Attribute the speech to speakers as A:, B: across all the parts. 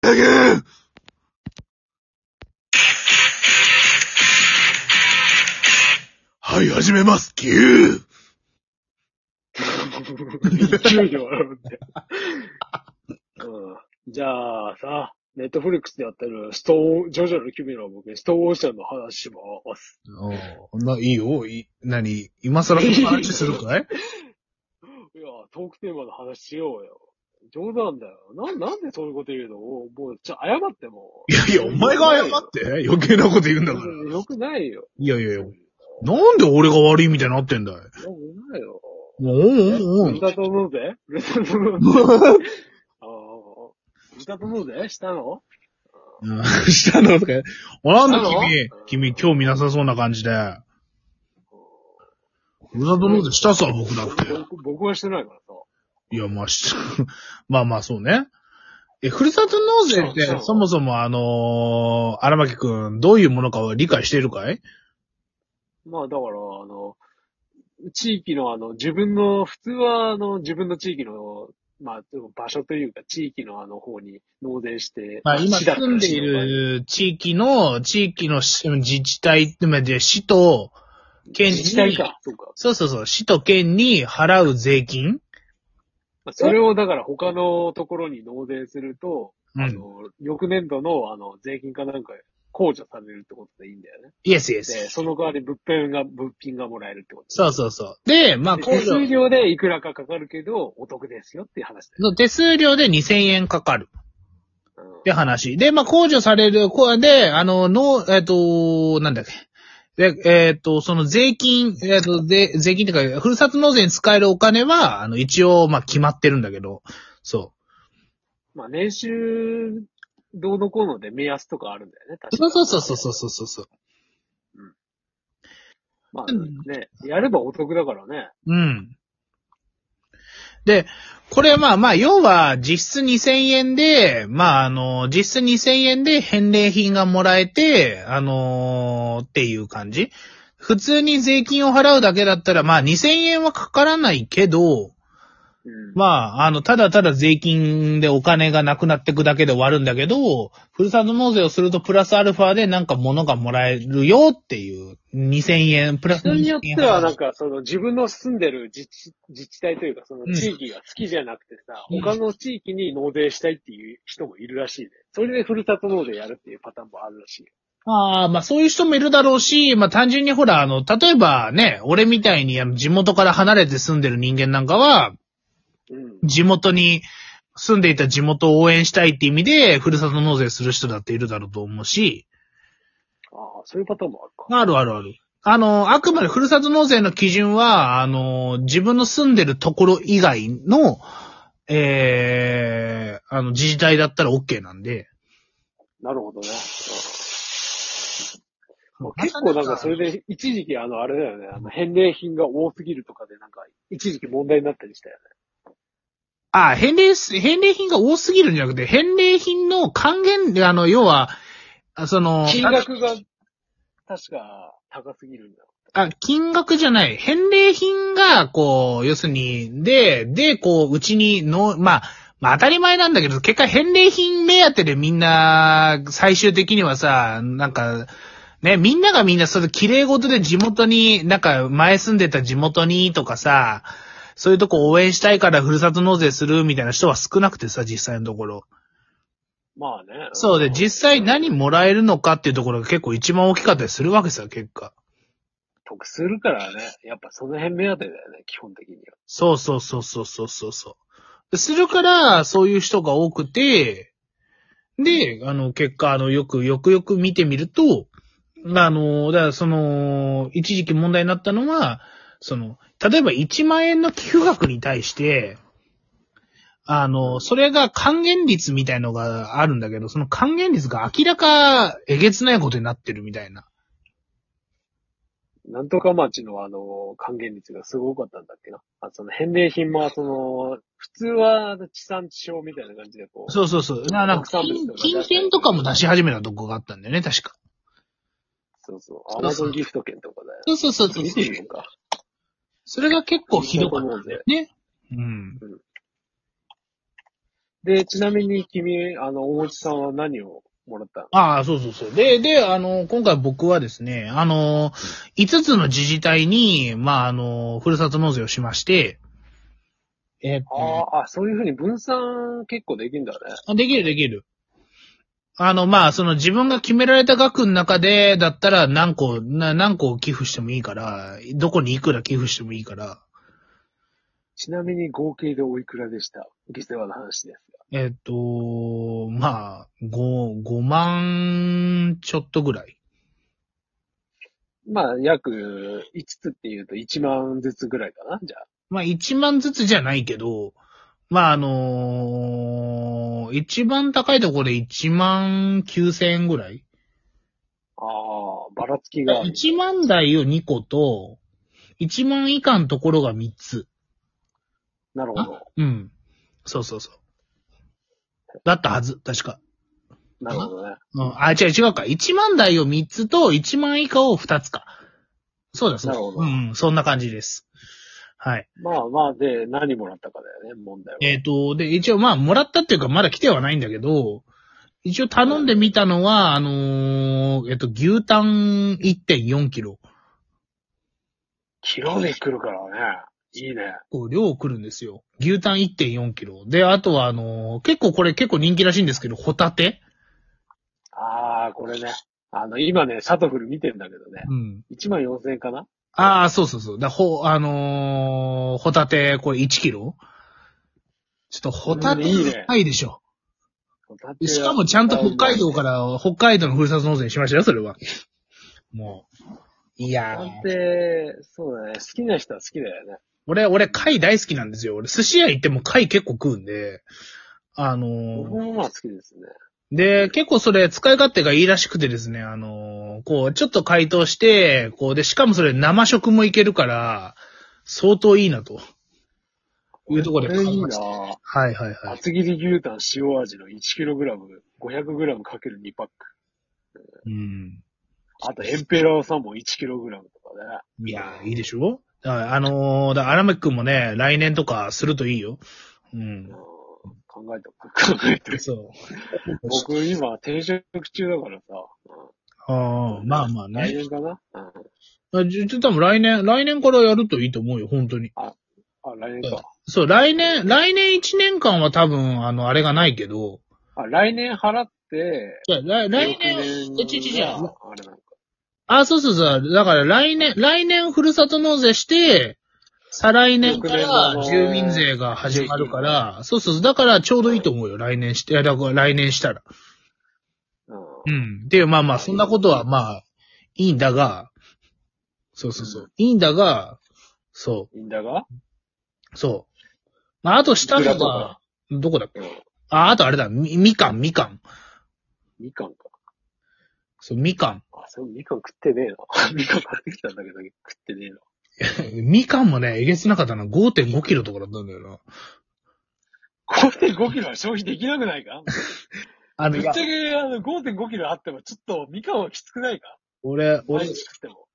A: あげーはい、始めます、キュー
B: 10秒笑って。うん、じゃあさ、ネットフリックスでやってるストーン、ジョジョの奇妙な冒険、ストーンオーシャンの話します。
A: おうな、いいよ、い、なに、今更この話するかい
B: いや、トークテーマの話しようよ。冗談だよ。な、なんでそういうこと言うのもう、ちょ、謝っても
A: いやいや、お前が謝って、余計なこと言うんだから。
B: う。よくないよ。
A: いやいやいや、なんで俺が悪いみたいになってんだい。
B: よくないよ。
A: おうお うおう
B: 豚と飲むぜ豚と飲むぜあー豚と飲むぜしたの
A: うんしたのとか、あなんだ
B: したの
A: 君、君興味なさそうな感じで。ふるさと納税したさ、僕だって。
B: 僕僕はしてないからさ。
A: いや、まあ、し まあまあ、そうね。え、ふるさと納税っ
B: そうそ
A: て、
B: う
A: そもそもあのー荒牧くん、どういうものかは理解しているかい
B: まあだから、あの、地域のあの、自分の、普通はあの、自分の地域の、まあ、でも場所というか、地域のあの方に納税して、
A: まあ、今
B: 市だった
A: 住ん
B: ら
A: で
B: 市
A: い
B: の
A: る地域の、地域の市自治体ってまで、市と、県
B: 自治体
A: に、
B: か。そうか。
A: そうそうそう、市と県に払う税金
B: まあ、それをだから他のところに納税すると、
A: う
B: あ
A: ん。
B: の、翌年度のあの、税金かなんか、控除されるってことでいいんだよね。
A: イエスイエス。
B: で、その代わり物品が、物品がもらえるってこと。
A: そうそうそう。で、まあ、
B: で
A: 控
B: 手数
A: 除
B: 料でいくらかかかるけど、お得ですよっていう話だよ。
A: の手数料で2000円かかる
B: うん
A: って話。で、まあ、控除される、こうで、あの、の、えっ、と、なんだっけ。で、えっ、と、その税金、えっ、と、で、税金っていうか、ふるさと納税に使えるお金は、あの、一応、まあ、決まってるんだけど、そ
B: まあ、年収、どうのこうので目安とかあるんだよね、
A: う。
B: 確か
A: そう
B: に。
A: そうそうそうそうそうそう。
B: まあ、ね、やればお得だからね。
A: うん。で、これまあまあ、要は実質2000円で、まああの、実質2000円で返礼品がもらえて、あのーっていう感じ。普通に税金を払うだけだったら、まあ2000円はかからないけど、
B: うん。
A: まあ、あの、ただただ税金でお金がなくなっていくだけで終わるんだけど、ふるさと納税をするとプラスアルファでなんか物がもらえるよっていう、2000円、プラス
B: 人によっては、なん
A: か、
B: か、その、自分の住んでる自治、自治体というか、その
A: うん
B: 地域が好きじゃなくてさ、
A: うん
B: 他の地域に納税したいっていう人もいるらしいね。それでふるさと納税やるっていうパターンもあるらしいよ。
A: ああ、まあそういう人もいるだろうし、まあ単純にほら、あの、例えばね、俺みたいにあの地元から離れて住んでる人間なんかは、
B: うん。
A: 地元に、住んでいた地元を応援したいって意味で、ふるさと納税する人だっているだろうと思うし、
B: ああ、そういうパターンもあるか。
A: あるあるある。あの、あくまでふるさと納税の基準は、あの、自分の住んでるところ以外の、ええあの、自治体だったら OK なんで。
B: なるほどね。うんまあ結構なんかそれで、一時期あの、あれだよね、あの、返礼品が多すぎるとかでなんか、一時期問題になったりしたよね。
A: あ、返礼す、返礼品が多すぎるんじゃなくて、返礼品の還元で、あの、要は、あその、
B: 金額が、確か、高すぎるんだ。
A: あ、金額じゃない。返礼品が、こう、要するに、で、で、こう、うちにの、まあ、まあ当たり前なんだけど、結果返礼品目当てでみんな、最終的にはさ、なんか、ね、みんながみんなそれ綺麗事で地元に、なんか前住んでた地元にとかさ、そういうとこ応援したいからふるさと納税するみたいな人は少なくてさ、実際のところ。
B: まあね。
A: そうで、
B: ん
A: 実際何もらえるのかっていうところが結構一番大きかったりするわけさ、結果。
B: 得するからね。やっぱその辺目当てだよね、基本的には。
A: そうそうそうそうそうそうそう。するから、そういう人が多くて、で、あの、結果、あの、よく、よくよく見てみると、あの、だからその、一時期問題になったのは、その、例えば1万円の寄付額に対して、あの、それが還元率みたいのがあるんだけど、その還元率が明らか、えげつないことになってるみたいな。
B: なんとか町のあの、還元率がすごかったんだっけな。あその返礼品も、その、普通は地産地消みたいな感じでこう。
A: そうそうそう。ななんか
B: 特産物
A: 金
B: と、か
A: 金券とかも出し始めたとこがあったんだよね、確か。
B: そうそう。アマゾンギフト券とかだよね。
A: そうそうそうそう。
B: 見てみようか。
A: それが結構ひどかったんだよね。うん。
B: で、ちなみに君、あの、大内さんは何をもらったの
A: ああ、そうそうそう。で、で、あの、今回僕はですね、あの、5つの自治体に、まあ、あの、ふるさと納税をしまして、えっと、
B: あーあ、そういうふうに分散結構できるんだね。
A: あできるできる。あの、まあ、その自分が決められた額の中で、だったら何個、な何個寄付してもいいから、どこにいくら寄付してもいいから、
B: ちなみに合計でおいくらでした下世話の話ですが。
A: えっと、まあ、5、5万ちょっとぐらい。
B: まあ、約5つっていうと1万ずつぐらいかなじゃあ。
A: まあ、1万ずつじゃないけど、まあ、あのー一番高いところで1万9千円ぐらい
B: ああ、ばらつきがある。
A: ?1 万台を2個と、1万以下のところが3つ。
B: なるほど。
A: うん。そうそうそう。だったはず、確か。
B: なるほどね。
A: うん、あ、違う違うか。1万台を3つと、1万以下を2つか。そうだそうだ。
B: なるほど
A: うん、うんそんな感じです。はい。
B: まあまあ、で、何もらったかだよね、問題は。
A: えっ、と、で、一応まあ、もらったっていうか、まだ来てはないんだけど、一応頼んでみたのは、あのーえっ、と、牛タン1.4キロ。
B: キロで来るからね。いいね。
A: こう量来るんですよ。牛タン1.4キロ。で、あとはあのー結構これ結構人気らしいんですけど、ホタテ
B: ああ、これね。あの、今ね、サトフル見てんだけどね。
A: うん。
B: 1万4000円かな
A: ああ、そうそうそう。だほ、あのーホタテ、これ1キロちょっとホタテ
B: うんいいね。
A: 高いでしょ。でしかもちゃんと北海道からら、北海道のふるさと納税にしましたよ、それは。 もう。いやー
B: なん。て、そうだね。好きな人は好きだよね。
A: 俺、俺、貝大好きなんですよ。俺、寿司屋行っても貝結構食うんで、あの
B: 僕
A: ー
B: もまあ好きですね。
A: で、結構それ、使い勝手がいいらしくてですね、あのーこう、ちょっと解凍して、こう、で、しかもそれ、生食もいけるから、相当いいなと。いうところで
B: これいい
A: 買いまし
B: な
A: はいはいはい。
B: 厚切り牛タン塩味の 1kg、500g かける2パック。
A: うん。
B: あとエンペラーサーモン 1kg とかね。
A: いやー、いいでしょだからあのーだから荒牧くんもね、来年とかするといいよ。うん
B: うん。考えておく、考えてお く。
A: そう。
B: 僕今転職中だからさ。
A: ああ、まあまあ
B: うん来
A: ね。
B: 年かな、うん、
A: あじゃあ多分来年、来年からやるといいと思うよ、本当に。
B: あ、来年か。
A: そう、来年、来年1年間は多分、あの、あれがないけど、
B: あ、来年払って、
A: いや来来
B: 翌
A: 年、
B: が
A: えちちち
B: あれなんか。
A: あ、そうそうそう、だから来年、来年ふるさと納税して、再来年か
B: 翌年のあ
A: ら
B: の
A: 住民税が始まるから、そうそうそう、だからちょうどいいと思うよ、来年して、いや、だから来年したら。
B: う。
A: うんん。っていう、まあまあ、そんなことはまあ、いいんだが、そうそうそう、いいんだが、そ
B: いいんだが、
A: う、そう。まあ、あとした
B: い
A: の
B: くらと
A: が、どこだっけ
B: うん、
A: あ、あとあれだ、み、みかん、みかん。
B: みかんか。
A: そう、みかん。
B: あ、それみかん食ってねえな。 みかん買ってきたんだけど、食ってねえな。
A: みかんもね、えげつなかったな。5.5キロとかだったんだよな。
B: 5.5キロは消費できなくない か
A: あの、
B: ぶ
A: い
B: っち
A: や
B: ゃけ、あの、5.5キロあっても、ちょっと、みかんはきつくないか
A: 俺、
B: 毎
A: 俺、
B: 日
A: い
B: 食っても。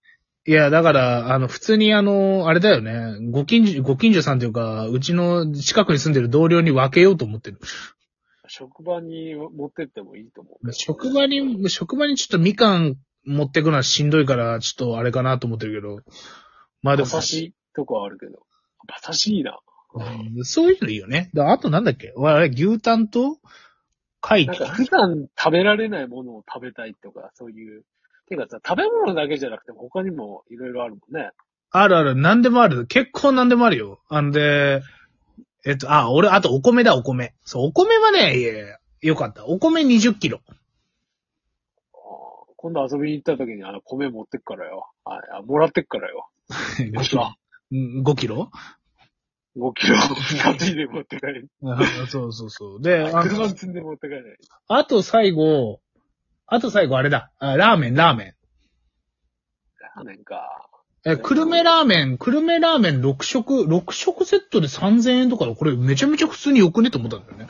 A: や、だから、あの、普通にあの、あれだよね。ご近所、ご近所さんというか、うちの近くに住んでる同僚に分けようと思ってる。
B: 職場に持ってってもいいと思う。
A: 職場に、職場にちょっとみかん持ってくのはしんどいから、ちょっとあれかなと思ってるけど。まあで
B: 馬
A: も、
B: 刺しとかはあるけど。馬刺しいいな。
A: うんそういうのいいよね。だあとなんだっけわあれ牛タンと貝
B: なんか、普段食べられないものを食べたいとか、そういう。てかさ、食べ物だけじゃなくても、他にもいろいろあるもんね。
A: あるある、なんでもある。結構なんでもあるよ。あんで、えっと、あ、俺、あとお米だ、お米。そう、お米はね、いえ、よかった。お米20キロ。
B: あー今度遊びに行った時に、あの、米持ってくからよ。あ、あもらってくからよ。
A: 5
B: 私は。
A: 5キロ
B: 5キロ、担いで持って帰る。
A: うんそうそうそう。で、あ
B: 車に積んで持って帰る。
A: あと最後、あと最後あれだ。あラーメン、ラーメ
B: ラーメンか。
A: ン。え、久留米ラーメン、久留米ラーメン6食、6食セットで3000円とかだこれめちゃめちゃ普通によくねって思ったんだよね。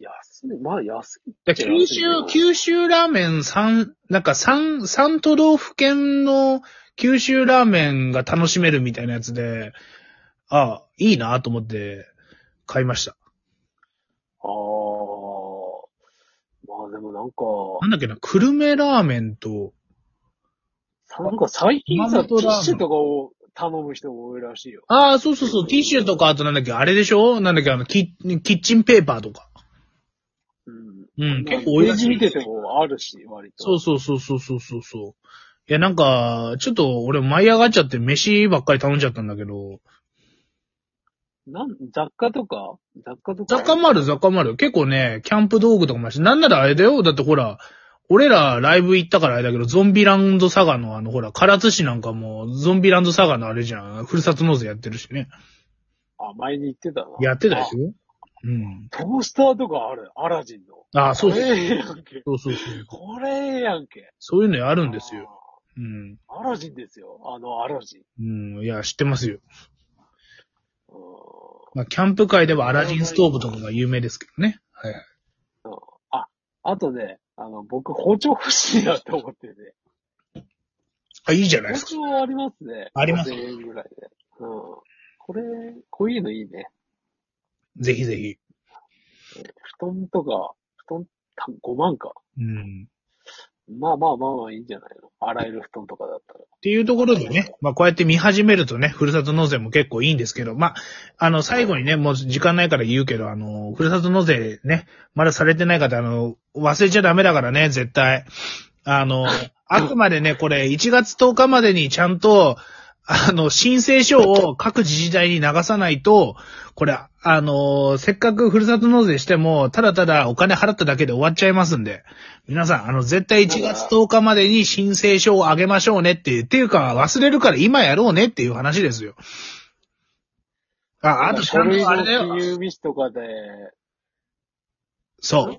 B: 安い、まあ安い。
A: で九州、九州ラーメン三、なんか三、三都道府県の九州ラーメンが楽しめるみたいなやつで、ああ、いいなと思って買いました。
B: ああ。まあでもなんか、
A: なんだっけな、久留米ラーメンと、
B: さなんか最近
A: 熊
B: さ、ティ
A: 本ラーメン
B: ッシュとかを頼む人も多いらしいよ。
A: ああ、そうそうそう、ティッシュとか、あとなんだっけ、あれでしょなんだっけ、あの、キッキッチンペーパーとか。
B: うん。
A: うん、
B: まあ
A: 結構多い
B: ペー
A: らし
B: ジ
A: い
B: 見ててもあるし、割と。
A: そうそうそうそうそうそうそう。いや、なんか、ちょっと俺舞い上がっちゃって飯ばっかり頼んじゃったんだけど、
B: なん、雑貨とか雑貨とか
A: 雑貨もある雑貨もある。結構ね、キャンプ道具とかもあるし、なんならあれだよ。だってほら、俺らライブ行ったからあれだけど、ゾンビランドサガのあのほら、唐津市なんかも、ゾンビランドサガのあれじゃん。ふるさと納税やってるしね。
B: あ、前に言ってたな。
A: やってたでしょうん。
B: あトースターとかある。アラジンの。
A: ああ、そうそう
B: これええやんけ。
A: そうそうそう。
B: これええやんけ。
A: そういうのあるんですよ。うん。
B: あー。アラジンですよ。あの、アラジン。
A: うん。いや、知ってますよ。
B: うん
A: まあ、キャンプ界ではアラジンストーブとかが有名ですけどね。はいはい。
B: あとね、あの、僕、包丁欲しいなって思ってて。
A: あ、いいじゃないですか。
B: 包丁ありますね。
A: あります
B: 5000円ぐらいで。うん。これ、こういうのいいね。
A: ぜひぜひ。
B: 布団とか、布団た5万か。
A: うん。
B: まあまあまあまあいいんじゃないの洗える布団とかだったら。
A: っていうところでね、まあこうやって見始めるとね、ふるさと納税も結構いいんですけど、まあ、あの、最後にね、もう時間ないから言うけど、あの、ふるさと納税ね、まだされてない方、あの、忘れちゃダメだからね、絶対。あの、あくまでね、これ、1月10日までにちゃんと、あの、申請書を各自治体に流さないと、これ、あの、せっかくふるさと納税しても、ただただお金払っただけで終わっちゃいますんで、皆さん、あの、絶対1月10日までに申請書を上げましょうねって、っていうか、忘れるから今やろうねっていう話ですよ。あ、あと、ちゃ
B: 書
A: ん
B: 類
A: とあ
B: の
A: れだよ。
B: 金融ミスとかで、
A: そう。